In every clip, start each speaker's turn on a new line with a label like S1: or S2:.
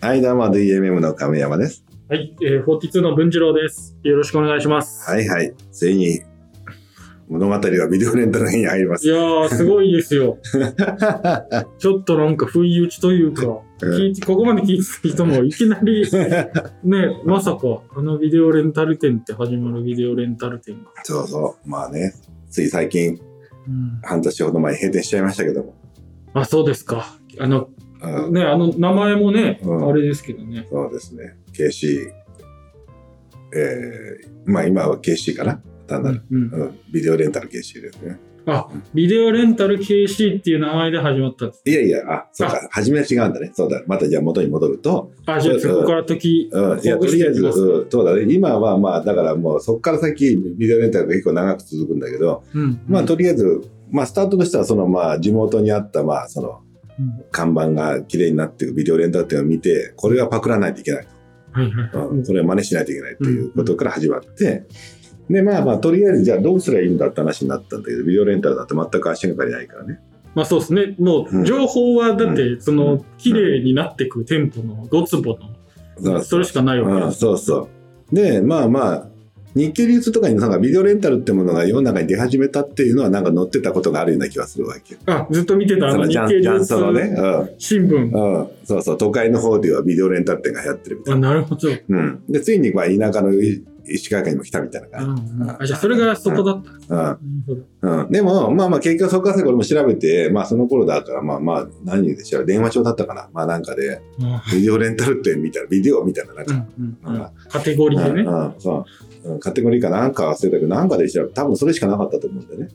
S1: はい、どうも、DMM の亀山です。
S2: はい、えー、42の文次郎です。よろしくお願いします。
S1: はいはい、ついに物語はビデオレンタルに入りま
S2: い
S1: す。
S2: やー、すごいです よ。ちょっとなんか不意打ちというか、
S1: うん
S2: 聞いてここまで聞いてた人もいき なり、ね、まさか、あのビデオレンタル店って始まるビデオレンタル店が。
S1: そうそう、まあね、つい最近、
S2: うん、
S1: 半年ほど前に閉店しちゃいましたけども。
S2: あ、そうですか。あの、
S1: うん、
S2: ね、あの名前もね、
S1: うん
S2: あれですけどね。
S1: そうですね、KC、えー、まあ今は KC かな、単なる、
S2: うん
S1: うんビデオレンタル KC ですね。
S2: あ、ビデオレンタル KC っていう名前で始まったんです。
S1: いやいや、あ、そうか、初めは違うんだね。そうだ、またじゃあ元に戻ると、
S2: あ、じゃあそこから時、
S1: うん、いや、とりあえず、うんそうだね、今はまあ、だからもう、そこから先、ビデオレンタルが結構長く続くんだけど、
S2: うん、
S1: まあ、とりあえず、まあ、スタートとしてはその、まあ、地元にあった、まあ、その
S2: うん
S1: 看板が綺麗になっていくビデオレンタル店を見てこれはパクらないといけない、
S2: はいはい。
S1: うん、それを真似しないといけないということから始まって、でまあまあとりあえずじゃあどうすればいいんだって話になったんだけどビデオレンタルだと全く足がかりないからね
S2: まあそうですね、も
S1: うん
S2: う情報はだって、そうの
S1: ん
S2: 綺麗になってく店舗の5坪
S1: そう
S2: の、それしかないわけ
S1: う
S2: で
S1: ん、
S2: す。
S1: そうそうでまあまあ日経流通とかになんかビデオレンタルってものが世の中に出始めたっていうのはなんか載ってたことがあるような気がするわけよ。
S2: あずっと見てたあ
S1: そ
S2: の
S1: の
S2: 日
S1: ジャン
S2: 経
S1: ジャ
S2: 流
S1: ンソのね、
S2: 通
S1: うん、
S2: 新聞。
S1: うん、そうそう、都会の方ではビデオレンタル店が流行ってるみた
S2: あ
S1: いな。
S2: なるほど。
S1: うん、で、ついにまあ田舎のい石川県にも来たみたいな
S2: あ
S1: 感
S2: あじゃあそれがそこだった。なる
S1: じ。うん
S2: ほど
S1: うん、でも、まあまあ、結局そこから先俺も調べて、まあその頃だから、まあまあ、何でしょう、電話帳だったかな。まあなんかで、
S2: あ
S1: ビデオレンタル店みたいな、ビデオみたいな、なん
S2: う
S1: か、
S2: んうん
S1: なんか
S2: カテゴリーでね。
S1: うんうんそううんカテゴリーかなんか忘れたけど、なんかで調べ多分それしかなかったと思うんだよね。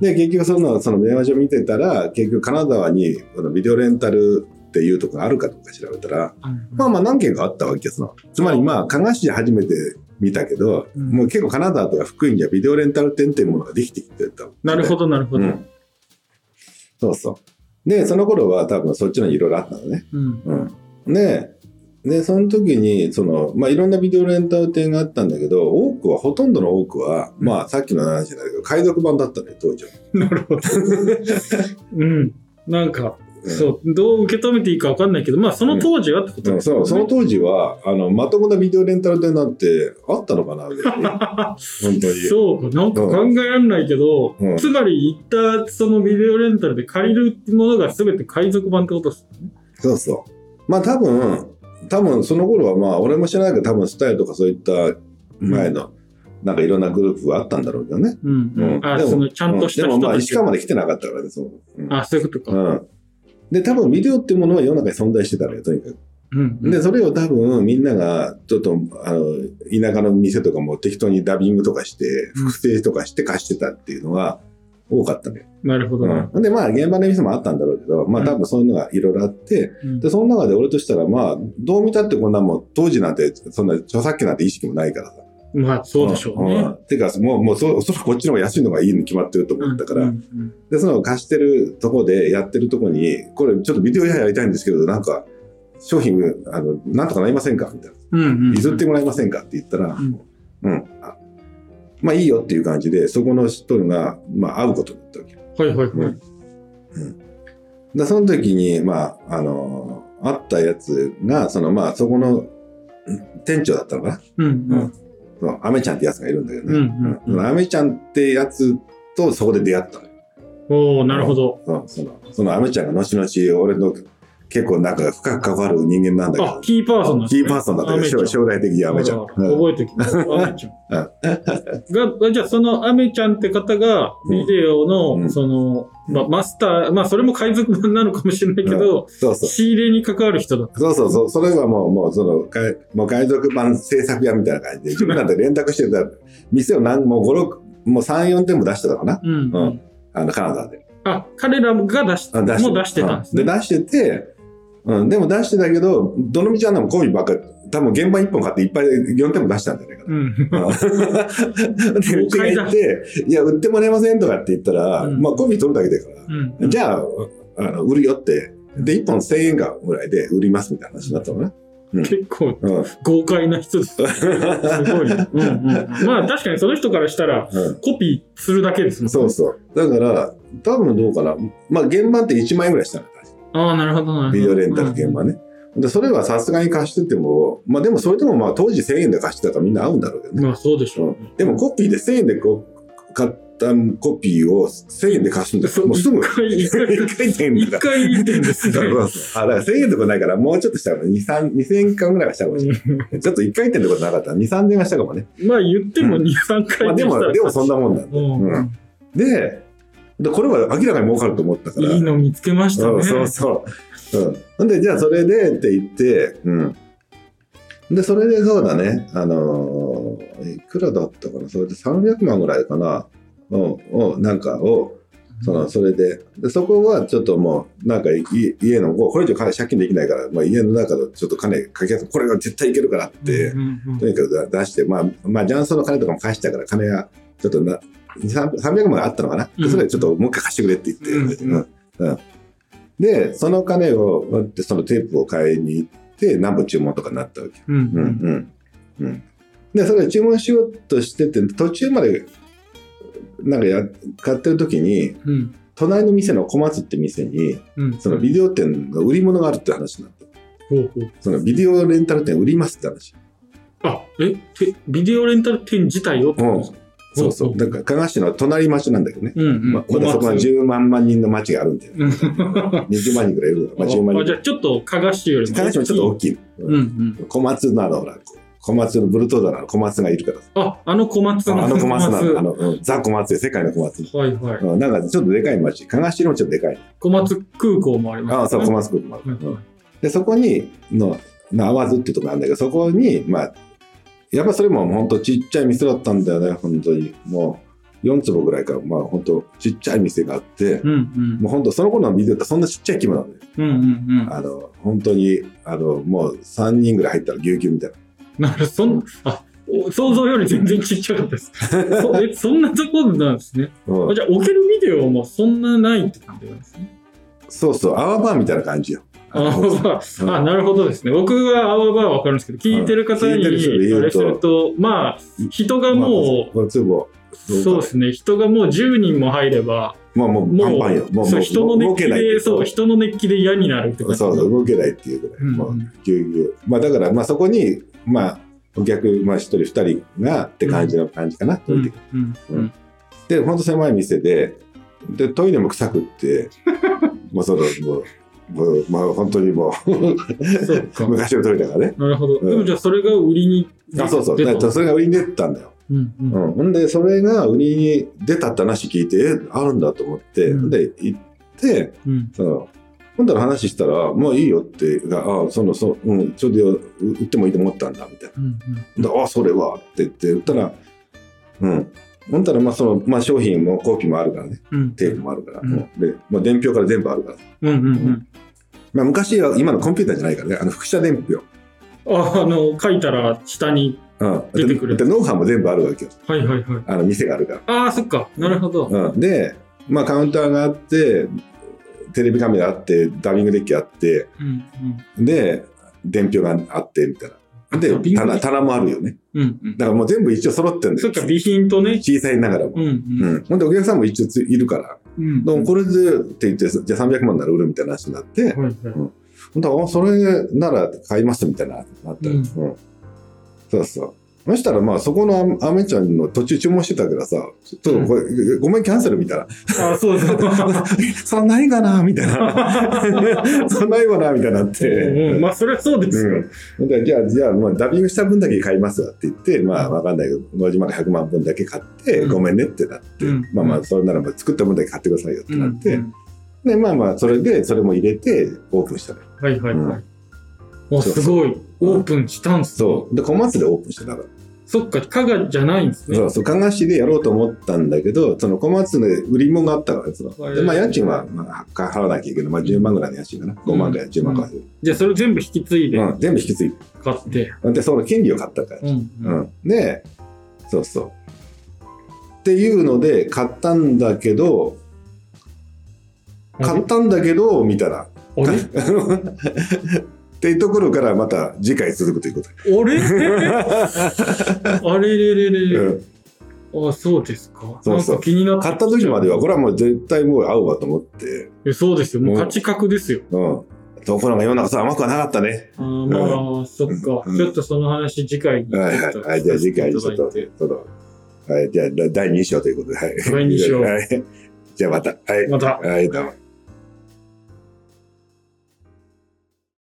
S1: で、結局その、その電話帳見てたら、結局金沢に、このビデオレンタルっていうとこがあるかどうか調べたら、
S2: うん
S1: まあまあ何件かあったわけですな。つまりまあ、加賀市で初めて見たけど、
S2: うん
S1: もう結構カナダとか福井にはビデオレンタル店っていうものができてきてた、
S2: なるほ
S1: ど。
S2: ど、なるほ
S1: う
S2: ど。
S1: ん。そうそう。で、その頃は多分そっちのいろいろあったのね。
S2: うん
S1: うん。で、で、その時に、その、まあいろんなビデオレンタル店があったんだけど、多くは、ほとんどの多くは、まあさっきの話じゃないけど、海賊版だったのよ、当時は。
S2: なるほど。うん。なんか、
S1: うん
S2: そう、どう受け止めていいか分かんないけど、まあその当時はってこと
S1: うん
S2: ですよ
S1: そ
S2: ね
S1: うその当時はあのまともなビデオレンタル店なんてあったのかなぐ らい本当に
S2: そうなんか考えられないけど、
S1: うん
S2: つまり行ったそのビデオレンタルで借りるものが全て海賊版ってことです
S1: そうそう。まあ多分、多分その頃はまあ俺も知らないけど多分スタイルとかそういった前の、なんかいろんなグループがあったんだろうけどね。
S2: うん、
S1: うん
S2: あ
S1: でも
S2: そのちゃんとした
S1: うんでも
S2: 人
S1: まあ
S2: た
S1: 石
S2: ち、
S1: 川まで来てなかったからね、そう。うん。
S2: あそういうことか、
S1: うんで、多分ビデオっていうものは世の中に存在してたのよ、とにかく。
S2: うん
S1: で、それを多分みんなが、ちょっと、あの、田舎の店とかも適当にダビングとかして、
S2: うん
S1: 複製とかして貸してたっていうのが多かったのよ。
S2: なるほど、
S1: うん。で、まあ現場の店もあったんだろうけど、まあ多分そういうのがいろいろあって、
S2: うん
S1: で、その中で俺としたら、まあ、どう見たってこんなもん、当時なんて、そんな著作権なんて意識もないからさ。
S2: まあそうでしょうね、
S1: んんてか、もう、もうそ、そらこっちの方が安いのがいいに決まってると思ったから、
S2: うんうん
S1: で、その貸してるとこでやってるとこに、これちょっとビデオ屋やりたいんですけど、なんか、商品、あの、なんとかなりませんかみたいな。
S2: うんうんうん
S1: 譲ってもらえませんかって言ったら、
S2: ん
S1: うん、あまあいいよっていう感じで、そこの人が、まあ会うことになったわけ。
S2: はいはいはい、
S1: うんでその時に、まあ、あのー会ったやつが、その、まあ、そこの、ん店長だったのかな
S2: うんうん
S1: そのアメちゃんってやつがいるんだけどね。
S2: うんうんうん
S1: そのアメちゃんってやつとそこで出会ったのよ
S2: おおなるほど、
S1: その。その、そのアメちゃんが後々、俺の結構なんか深く関わる人間なんだ
S2: あ
S1: け
S2: キーパーソンな
S1: ど、
S2: んです
S1: キー
S2: ね
S1: パーソンだった
S2: ア
S1: け
S2: メち
S1: ど、
S2: ゃん
S1: 将将来的にアメちゃん。
S2: あら覚えておきます。アメちゃん。が、じゃあそのアメちゃんって方が、ビデオ
S1: う
S2: の、
S1: ん
S2: その、まあマスター、まあそれも海賊版なのかもしれないけど、
S1: そうそう。
S2: 仕入れに関わる人だっ
S1: そうそうそう、それはもう、もう、その、かいもう海賊版制作屋みたいな感じで、自分なんて連絡してた、店を何、もう5、6、もう3、4店も出してたのかな
S2: た。うん。
S1: うんあの、カナダで。
S2: あ、彼らが出し
S1: あ
S2: もう出してたんですね。
S1: うんで、出してて、うん、でも出してたけど、どのみちゃんのもコンビばっかり、多分現場1本買っていっぱい4点も出したんじゃ ないかな。
S2: うん。
S1: うんで、う
S2: 豪
S1: ちが
S2: 快だ
S1: 行って、いや、売ってもらえませんとかって言ったら、
S2: うん
S1: まあコンビ取るだけだから、
S2: うん。
S1: じゃあ、あの売るよって、で、1本1000円がぐらいで売りますみたいな話になったのね。
S2: 結構
S1: うん。
S2: 豪快な 人です。すごい。うんうん。まあ確かにその人からしたら、
S1: う
S2: コピーするだけです
S1: ん、
S2: もんね。
S1: そうそう。だから、多分どうかな。まあ、現場って1万円ぐらいしたの、確か
S2: ああ、なるほど、なるほど。
S1: ビデオレンタル現場ね。でそれはさすがに貸してても、まあでもそれでもまあ当時1000円で貸してたからみんな合うんだろうけどね。
S2: まあそうでしょう、
S1: でもコピーで1000円でこう買ったコピーを1000円で貸すんだ
S2: そ
S1: よ。
S2: う
S1: もうすぐ
S2: 一回、一回、
S1: 1回転
S2: 一
S1: だから。
S2: 回点です
S1: そう
S2: ね。
S1: そうそうあだから1000円とかないからもうちょっとしたら2、3 2000円間ぐらいはしたかもしれない。ちょっと1回転ってことなかったら2、3000円はしたかもね。
S2: まあ言っても
S1: う
S2: 2、3回
S1: まあで
S2: した
S1: も、
S2: ら
S1: でもそんなもんなんだ。
S2: うん
S1: うんで、でこれは明らかに儲かると思ったから。
S2: いいの見つけました
S1: う
S2: ね。
S1: ん、そうそう。うん、なんでじゃあそれでって言って、うん、でそれでそうだね、あのーいくらだったかなそれで300万ぐらいかなををなんかをそのそれででそこはちょっともうなんかい家のこうこれ以上借金できないから、まあ、家の中でちょっと金かけこれが絶対いけるからって、
S2: うんうんうん
S1: とにかく出して、まあ、まあ、ジャンソンの金とかも返したから、金がちょっとな、2 300万あったのかな。
S2: うん
S1: でそれでちょっともう一回貸してくれって言って、
S2: うんうん
S1: うんうんで、その金を、そのテープを買いに行って、何部注文とかになったわけ。
S2: うん
S1: うんうんうん、で、それで注文しようとしてて、途中まで、なんかや買ってる時に、
S2: うんうん
S1: 隣の店の小松って店に、
S2: うん
S1: そのビデオ店の売り物があるって話になった。
S2: ほうほう
S1: そのビデオレンタル店売りますって話。
S2: あえてビデオレンタル店自体をってことですか
S1: そうそ
S2: ほ
S1: う。
S2: う
S1: だから、加賀市の隣町なんだけどね。
S2: うんうん
S1: ままだそこは
S2: 小松
S1: 10万万人の町があるんで、
S2: うん
S1: 20万人ぐらいいるから、まあ、10万
S2: あじゃ
S1: 人。
S2: あちょっと加賀市よりも
S1: 高島ちょっと大きい。
S2: うんうん
S1: 小松のあの、ほら、小松のブルトーザーのあの小松がいるからさ
S2: ああの小松
S1: あの小松なの、あ
S2: は
S1: の、うんザ・小松で世界の小松。
S2: いはい
S1: うんなんかちょっとでかい町、加賀市のちょっとでかい。
S2: 小松空港もあります
S1: ああ、そう、小松空港もある。うんで、そこに、の、の淡津ってとこなんだけど、そこに、まあ、やっぱそれも本当ちっちゃい店だったんだよね、本当に。もう、4坪ぐらいか、まあ本当ちっちゃい店があって、
S2: うんうん
S1: もう本当その頃のビデオってそんなちっちゃい規模なんだよ。
S2: うんうん
S1: あの、本当に、あの、もう3人ぐらい入ったらぎゅうぎゅうみたいな。
S2: うんなるそんあお想像より全然ちっちゃかったですそえそんなとこなんですね
S1: う
S2: あ
S1: ん
S2: じゃあ置けるビデオもそんなないって感じなんですね
S1: そうそう、泡バーみたいな感じよ。
S2: あの
S1: うん
S2: あ、なるほどですね。僕は泡場は分かるんですけど、聞いてる方に、
S1: うん聞いてる人で言うと
S2: あれすると、まあ、人がも
S1: まあ、坪、
S2: う、そうですね、人がもう10人も入れば、
S1: まあもうパンパンよ。も
S2: も
S1: う
S2: う、そう
S1: も
S2: 人の熱気で、そう、
S1: そ
S2: 人の熱気で嫌になるって感
S1: う
S2: じ。
S1: そう、動けないっていうぐらい。
S2: うん
S1: もうぎゅうぎゅう。まあだから、まあそこに、まあ、お客、まあ一人二人がって感じの感じかな。
S2: うんうんうん
S1: で、ほんと狭い店で、で、トイレも臭く って、もうその、もう、もうまあ本当にも
S2: そうか
S1: う、昔のトイレだからね。
S2: なるほど。
S1: うん
S2: でもじゃあ、それが売りに出
S1: あそうそう
S2: 出
S1: だ
S2: た
S1: からそれが売りに出たんだよ、
S2: うんうん
S1: うん、ほんでそれが売りに出たって話聞いてえあるんだと思って、
S2: うん
S1: で行って
S2: うん
S1: その今度の話したら「もういいよ」ってがあそのそ、うん、ちょうどよう売ってもいいと思ったんだ」みたい
S2: うん
S1: な「であそれは」って言って売ったらうんほんたらまあその、まあ、商品もコピーもあるからね
S2: うん
S1: テープもあるから、
S2: うん
S1: もうでもう伝票から全部あるから、
S2: うんうん
S1: まあ、昔は今のコンピューターじゃないからねあの複写伝票、
S2: うんああの書いたら下に
S1: うん、
S2: 出てくる
S1: でノウハウも全部あるわけよ
S2: はいはいはい
S1: あの店があるから。
S2: ああそっかなるほど
S1: うん、で、まあ、カウンターがあってテレビカメラあってダビングデッキあって
S2: うん
S1: で伝票があってみたいな
S2: ダビン
S1: で
S2: グデッ
S1: 棚
S2: キ
S1: 棚もあるよね
S2: うんうんうん
S1: だからもう全部一応揃ってるんだ
S2: そっ
S1: よ
S2: か備品とね
S1: 小さいながらも、
S2: ん
S1: うんほんでお客さんも一応ついるから
S2: うん
S1: でもこれでって言ってじゃあ300万なら売るみたいな話になって、
S2: はいはい
S1: ほんとあそれなら買いますみたいななった、
S2: うん
S1: うんそうそうそしたらまあそこのあアメちゃんの途中注文してたけどさちょっとこれ、ごめんキャンセルみたいな
S2: あそうそう。
S1: そんないかな みたいな。そんないかなみたいになって。
S2: うん、まあ、それはそうですよ。
S1: うん、でじゃあ、じゃあ、まあ、ダビングした分だけ買いますわって言って、まあ、わかんないけど、野島が100万分だけ買って、
S2: うん
S1: ごめんねってなって、
S2: うん
S1: まあまあ、それならば作った分だけ買ってくださいよってなって、
S2: うん
S1: で、まあまあ、それで、それも入れて、オープンしたのよ
S2: はいはいはい。お
S1: そうそう
S2: すごい。オープンしたんすね
S1: そう。で、小松でオープンしただから。
S2: そっか、加賀じゃないんですね
S1: そ。うそう、加賀市でやろうと思ったんだけど、その小松で売り物があったから、そのでまあ、家賃は、まあ、払わなきゃいけない。まあ、10万ぐらいの家賃かな。5万ぐらい、10万ぐらい。
S2: じゃあ、それ全部引き継いで
S1: うん、全部引き継いで
S2: 買って。
S1: で、その権利を買ったから。
S2: うん
S1: う
S2: う
S1: んん。で、そうそう。っていうので、買ったんだけど、
S2: あ
S1: 買
S2: れ
S1: ったんだけど、みたいな。
S2: あ れ
S1: っていうところからまた次回続くという こと
S2: あれあれれれれ
S1: で、
S2: れ
S1: うん
S2: あ、そうですか。
S1: そうそう
S2: なんか気にな
S1: 買った時まではこれはもう絶対もう合うわと思って、
S2: えそうですよ。もう価値格ですよ。
S1: うん、どこなんか世の中そう甘くはなかったね。
S2: あーまあ、そっか、
S1: うん
S2: ちょっとその話次回に
S1: はいはい。はい、じゃあ次回ちょっと、ちょっとはい、じゃあ第2章ということで、はい。
S2: 第二章
S1: はい。じゃあまた。はい。
S2: また
S1: はい、どうも。